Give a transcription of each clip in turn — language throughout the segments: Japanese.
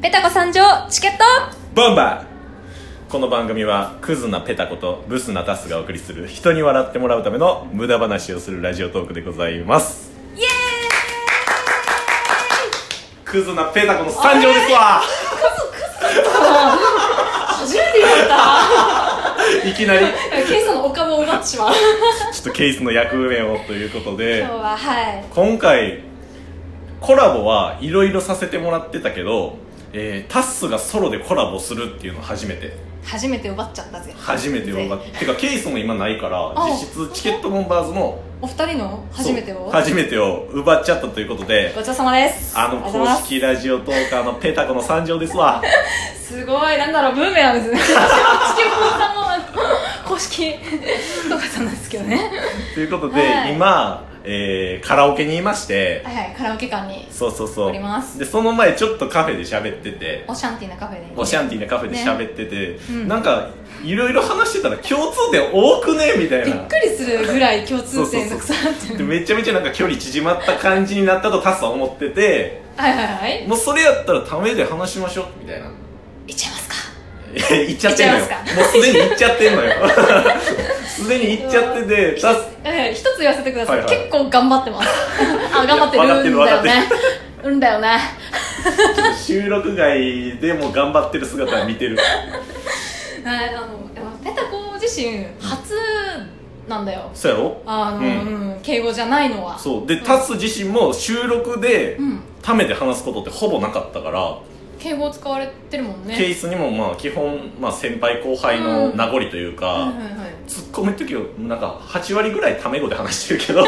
ペタコ参上チケットボンバーこの番組はクズなペタコとブスなタスがお送りする人に笑ってもらうための無駄話をするラジオトークでございますイエーイクズなペタコの参上ですわ初めて言われたいきな りケイさんのお株を奪ってし まうちょっとケースの役目をということで今日ははい今回コラボはいろいろさせてもらってたけど、えータッスがソロでコラボするっていうの初めて初めて奪っちゃったぜ初めてをぜてかケイスも今ないからあ実質チケットボンバーズのお二人の初めてそをう初めてを奪っちゃったということでごちそうさまですあのりがとうござ公います式ラジオトーカーのペタコの参上で すわすごいなんだろうブーメランですね チケボンさんもあの公式とかさんなんですけどねということで、はい今、えーカラオケにいましてはいはいカラオケ館にそうそうそおりますうでその前ちょっとカフェで喋っててオシャンティーなカフェでオシャンティーなカフェで喋ってて、うんなんかいろいろ話してたら共通点多くねみたいびなっくりするぐらい共通点たくさんあってでめちゃめちゃなんか距離縮まった感じになったとタスは思っててはいはいはいもうそれやったらためで話しましょうみ たいないっちゃいますかいや言っちゃってんのよ言っちゃいますもうすでに言っちゃってんのよ すでに言っちゃっててタスええ一つ言わせてください、はいはい結構頑張って ますあ頑張ってるんだよねうんだよね収録外でも頑張ってる姿は見てるはいあのやっぱペタコ自身初なんだよそうやろあの、ううん敬語じゃないのはそうで、タス自身も収録でうんためで話すことってほぼなかったから、敬語使われてるもんねケースにもまあ基本、まあ、先輩後輩の名残というはいか、はいはいツッコミの時はなんか8割ぐらいタメ語で話してるけ ど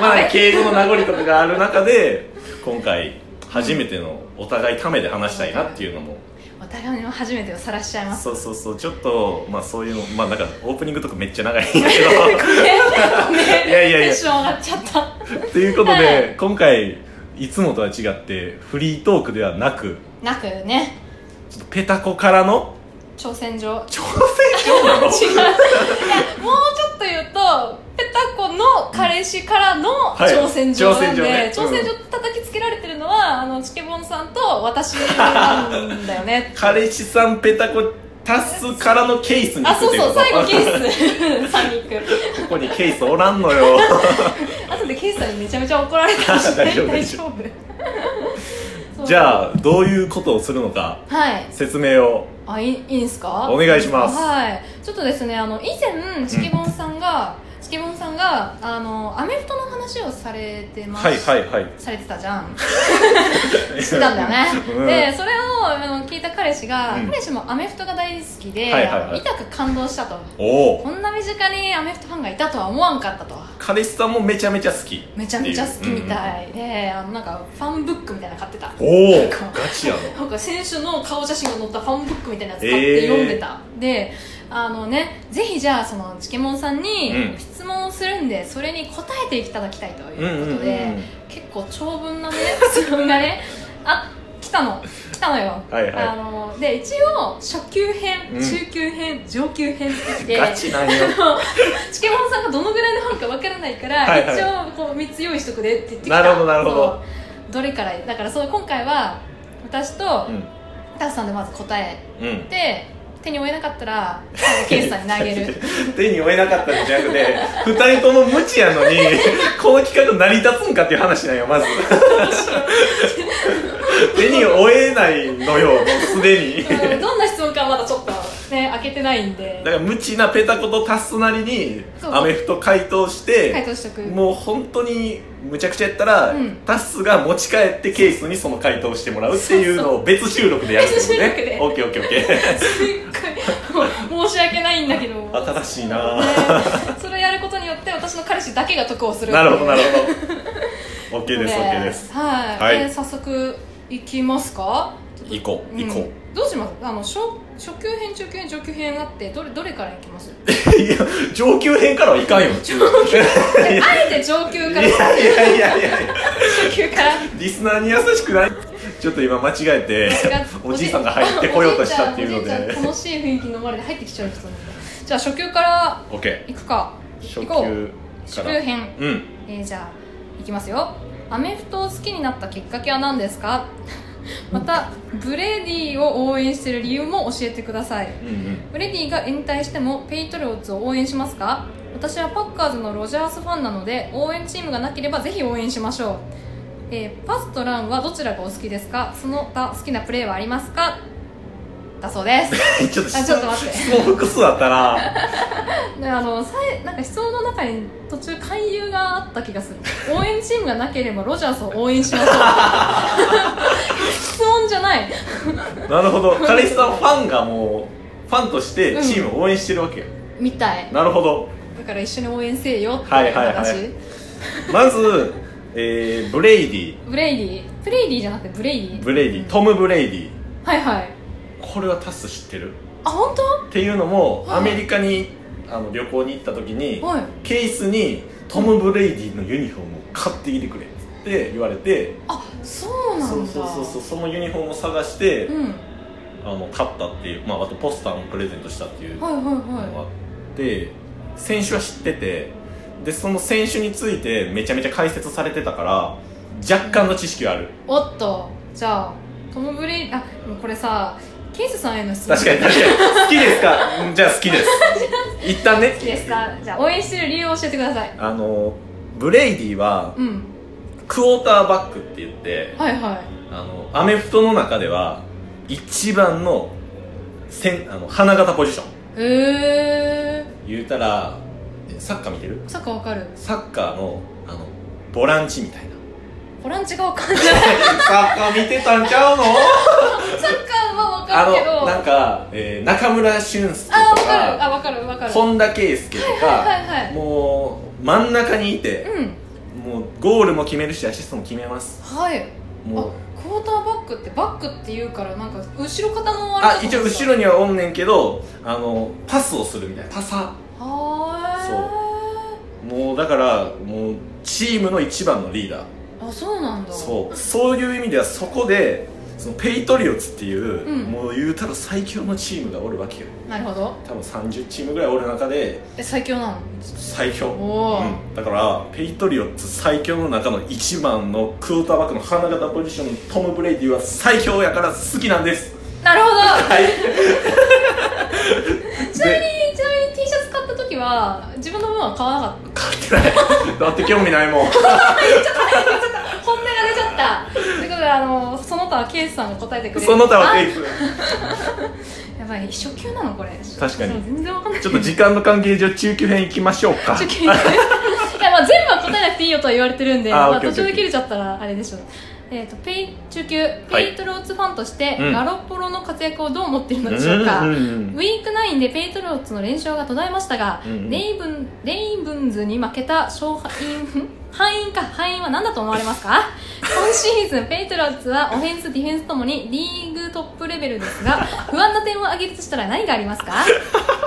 まあ敬語の名残とかがある中で今回初めてのお互いタメで話したいなっていうのも、お互いの初めてを晒しちゃいますそうそうそうちょっとまあそういうのまあなんかオープニングとかめっちゃ長いんだ けねいやいやいやテンション上がっちゃったどということで、はい今回いつもとは違ってフリートークではなくなくねちょっとペタコからの挑戦状挑戦状なの 違ういやもうちょっと言うとペタコの彼氏からのい挑戦状なんで、挑戦挑戦状,、状ね叩きつけられてるのはあのチケボンさんと私なんだよ ね彼氏さんペタコタスからのケースにあ行くそっうそうていうこと最後ケースさんに行くここにケースおらんの よ後でケースさんにめちゃめちゃ怒られたりして 大丈夫大丈夫そうじゃあどういうことをするのかはい説明をあいいいいですかお願いしますはいちょっとですねあの以前チケボンさんが、チケボンさんがあのアメフトの話をされてますはいはい はいされてたじゃんししてたんだよね、うん、でそれをあの聞いた彼氏が、うん彼氏もアメフトが大好きで、はいはいはい痛く感動したとおおこんな身近にアメフトファンがいたとは思わんかったと彼氏さんもめちゃめちゃ好きめちゃめちゃ好きみたいで、あのなんかファンブックみたいなの買ってたおおかガチやのなんか選手の顔写真が載ったファンブックみたいなやつ買っえてー読んでた、であのねぜひじゃあそのチケモンさんにうん質問をするんで、それに答えていただきたいといううんうんこうんとで、結構長文なね 質問がねあ来たの来たのよはいはいあので一応初級編、うん中級編上級編ってきてガチなんよチケモンさんがどのぐらいの本かわからないから、はいはい一応こう3つ用意しとくでって言ってきたなるほどなるほどそうどれからだからそう今回は私とうんタスさんでまず答えうんて手に負えなかったらケイスさんに投げ る手に負えなかったんじゃなくて2人とも無知や のにこの企画成り立つんかっていう話なんよまず手に負えないのよもうすでにうんどんな質問かはまだちょっとね開けてないんでだから無知なペタコとタスなりにそうアメフト回答して回答しとくもう本当にむちゃくちゃやったら、うんタッスが持ち帰ってケースにその回答をしてもらうっていうのを別収録でやるんです別収録でねオッケーオッケーオッケすっごいもう申し訳ないんだけどー新しいな、ねそれをやることによって私の彼氏だけが得をする なるほどなるほほど OK です OK ですはい、はいで早速いきますか行こう行こう、んどうしますあの初初級編中級編上級編あってどれどれからいきます いや上級編からはいか んよいあえて上級かやらいやいやいや初級からリスナーに優しくないちょっと今間違えておじいさんが入ってこようとしたっていうのおじいちゃんおじいでちゃん楽しい雰囲気に飲まれて入ってきちゃう人なんだじゃあ初級からオッケいくかー初級行こか初級ら編うんえー、じゃあいきますよアメフトを好きになったきっかけは何ですか またブレディを応援している理由も教えてくださいうんうんブレディが引退してもペイトリオッツを応援しますか私はパッカーズのロジャースファンなので応援チームがなければぜひ応援しましょう、えーパスとランはどちらがお好きですかその他好きなプレーはありますかだそうですちょっとあ質ちょっと問待って質問複数あったらであのさえなんか思想の中に途中勧誘があった気がする応援チームがなければロジャースを応援しましょう質問じゃないなるほどカリスさんファンがもうファンとしてチームを応援してるわけよ、みたいなるほどだから一緒に応援せえよっていう話、はいはいはいまず、えー、ブレイディブレイディブレイディじゃなくてブレイディブレイディトム・ブレイディはいはいこれはタス知ってるあ本当っていうのもはいアメリカにあの旅行に行った時にはいケースにトム・ブレイディのユニフォームを買ってきてくれって言われてあそうなんだそうそうそうそうそのユニフォームを探して、うんあの買ったっていう、まあ、あとポスターもプレゼントしたっていうのはいはいがあはって選手は知っててでその選手についてめちゃめちゃ解説されてたから若干の知識はあるいおっとじゃあトム・ブレイあでもこれさケイスさんへの質問確かに確かに好きですかうんじゃあ好 きです一旦ね好きですかじゃあ応援してる理由を教えてくださいあのブレイディはうんクォーターバックって言ってはいはいあのアメフトの中では一番のせんあの花形ポジションえ言うたらえサッカー見てるー、サッカーわかるサッカーのあのボランチみたいなボランチがわかんない サッカー見てたんちゃうのサッカーはわあかるけどのなんか、えー中村俊輔あわとかるあかわかるわかる本田圭佑とか、はいはいはいもう真ん中にいて、うんもうゴールも決めるしアシストも決めますはいあもうクォーターバックってバックって言うからなんか後ろ肩のああれ一応後ろろにはおんねんけどあのパスをするみたいなパサはもうだからもうチームの一番のリーダーーいあそうなんだそうそういう意味ではそこでそのペイトリオツっていう、うんもう言うたら最強のチームがおるわけよなるほど多分30チームぐらいおる中でえ最強なの最強、おーうんだからペイトリオッツ最強の中の一番のクォーターバックの花形ポジショントム・ブレイディは最強やから好きなんですな るほどはいちなみでにちなみに T シャツ買った時は自分の分は買わなかっ買ってない だって興味ないも んた本音が出ちゃったということであのその他はケイスさんが答えてくれるその他はあテイクやばい初級なのこれ確かにそう全然わかんないちょっと時間の関係上中級編いきましょうか初 級いやまあ全部は答えなくていいよとは言われてるんであーまオッあ、ケー途中オッケでー切れちゃったらあれでしょうえー、とペイ中級はいペイトローツファンとして、うんガロッポロの活躍をどう思っているのでしょうか、うんうんうんウィーク9でペイトローツの連勝が途絶えましたが、うんうんレイブンレイブンズに負けた勝敗ん敗因か敗因は何だと思われますか 今シーズンペイトローツはオフェンスディフェンスともにリーグトップレベルです が不安な点を挙げるとしたら何がありますか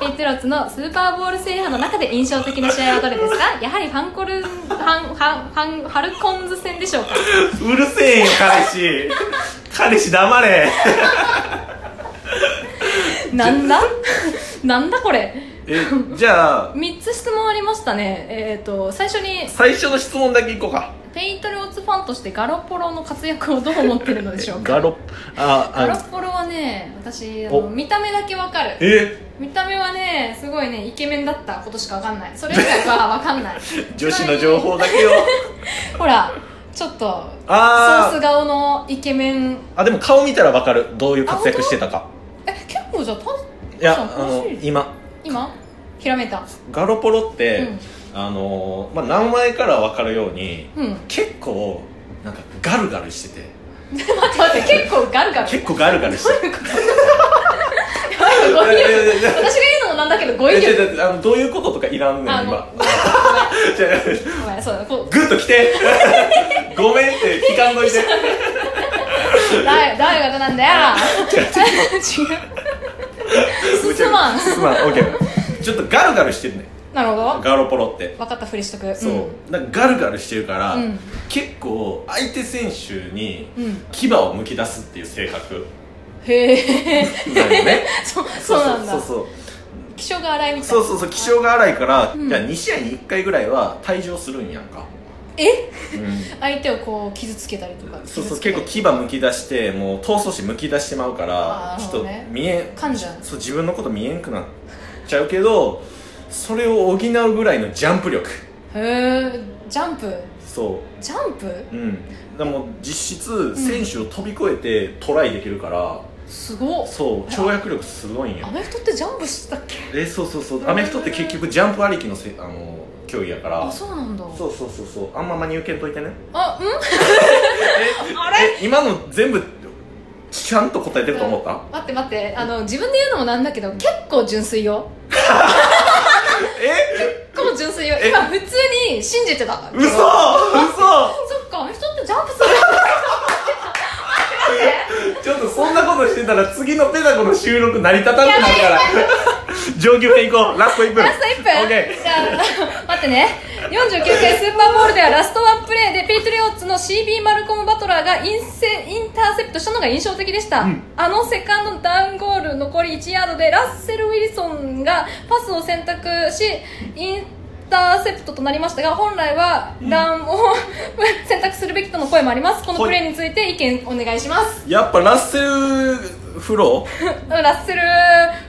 ペイトローツのスーパーボール制覇の中で印象的な試合はどれですかやはりファンコルンファンファンファンハルコンズ戦でしょうかうるせえよ彼氏 彼氏 黙れなんだ なんだこれえじゃあ3つ質問ありましたねえっ、と最初に最初の質問だけいこうかペイトリオッツファンとしてガロポロの活躍をどう思ってるのでしょうかガロッ あガロポロはね私あのお見た目だけわかるえ見た目はねすごいねイケメンだったことしかわかん ないそれ以外はわかんない女子の情報だ けをほらちょっとソースあー顔のイケメンあでも顔見たらわかるどういう活躍してたかえ結構じゃあたいやそうあの詳しい今今ひらめいたガロポロって、うんあのまあ、名前からわかるようにうん結構なんかガルガルしてて待って待って結構ガルガル 結構ガルガルしててやばいよ語彙力いやいやいや私が言うのもなんだけど語彙えち力ょちょあのどういうこととかいらんねあんご めん今じゃあごめんごめんそうだこグッと来て ごめんって聞かんといてう誰誰がなんだよ 違う進まんまあオッケーちょっとガルガルしてるねなるほどガロポロって分かったふりしとくそう、なんかガルガルしてるから、うん結構相手選手にうん、うん、牙をむき出すっていう性格 へえなのねそ そうなんだそうそう気性が荒いみたいそうそうそうそう気性が荒いから、うんじゃあ2試合に1回ぐらいは退場するんやんかえうん相手をこう傷つけたりとかそうそう傷つけ結た構り牙むき出してもう闘争心むき出してまうからあーちょなるほどっとね見え噛んじゃうそう自分のこと見えんくなっちゃうけどそれを補うぐらいのジャンプ力へえジャンプそジャンプううんでも実質選手を飛び越えてトライできるから、すごっそう跳躍力すごいんよアメフトってジャンプしてたっけえそうそうそうアメフトって結局ジャンプありきのせあの競技やからあそうなんだそうそうそうそうあんま真に受けんといてねあ うんえあれえ今の全部ちゃんと答えてると思った待って待ってあの自分で言うのもなんだけど結構純粋よえ結構純粋よえ今普通に信じてた嘘そっ嘘かあの 人ってジャンプするんだ待ってちょっとそんなことしてたら次のペダコの収録成り立たなくなるから上級編行こうラスト1分ラスト1分 OK じゃあ待ってね49回スーパーボールではラストワンプレーでペイトリオッツの CB マルコム・バトラーがインセインターセプトしたのが印象的でした、うんあのセカンドダウンゴール残り1ヤードでラッセル・ウィルソンがパスを選択しインターセプトとなりましたが本来はランを選択するべきとの声もありますこのプレーについて意見お願いしますやっぱラッセルフロラッセル・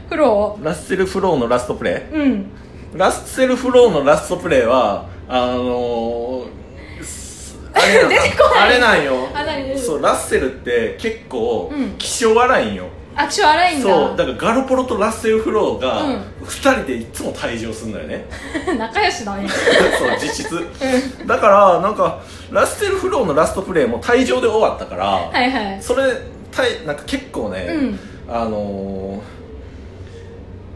フローラッセルフローのラストプレーうんーラッセルフローのラストプレーはあの ーすあれな出てこないあれなんよあ何そうラッセルって結構うん気性荒いんよ、あちょ荒いんだそうだからガロポロとラッセル・フローがうん2人でいつも退場するんだよね、 仲良しだね そう実質だからなんかラッセル・フローのラストプレーも退場で終わったから、はいはいそれたいなんか結構ね、うんあの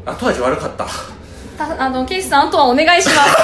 ー、後味悪かったたあのケイシさんあとはお願いします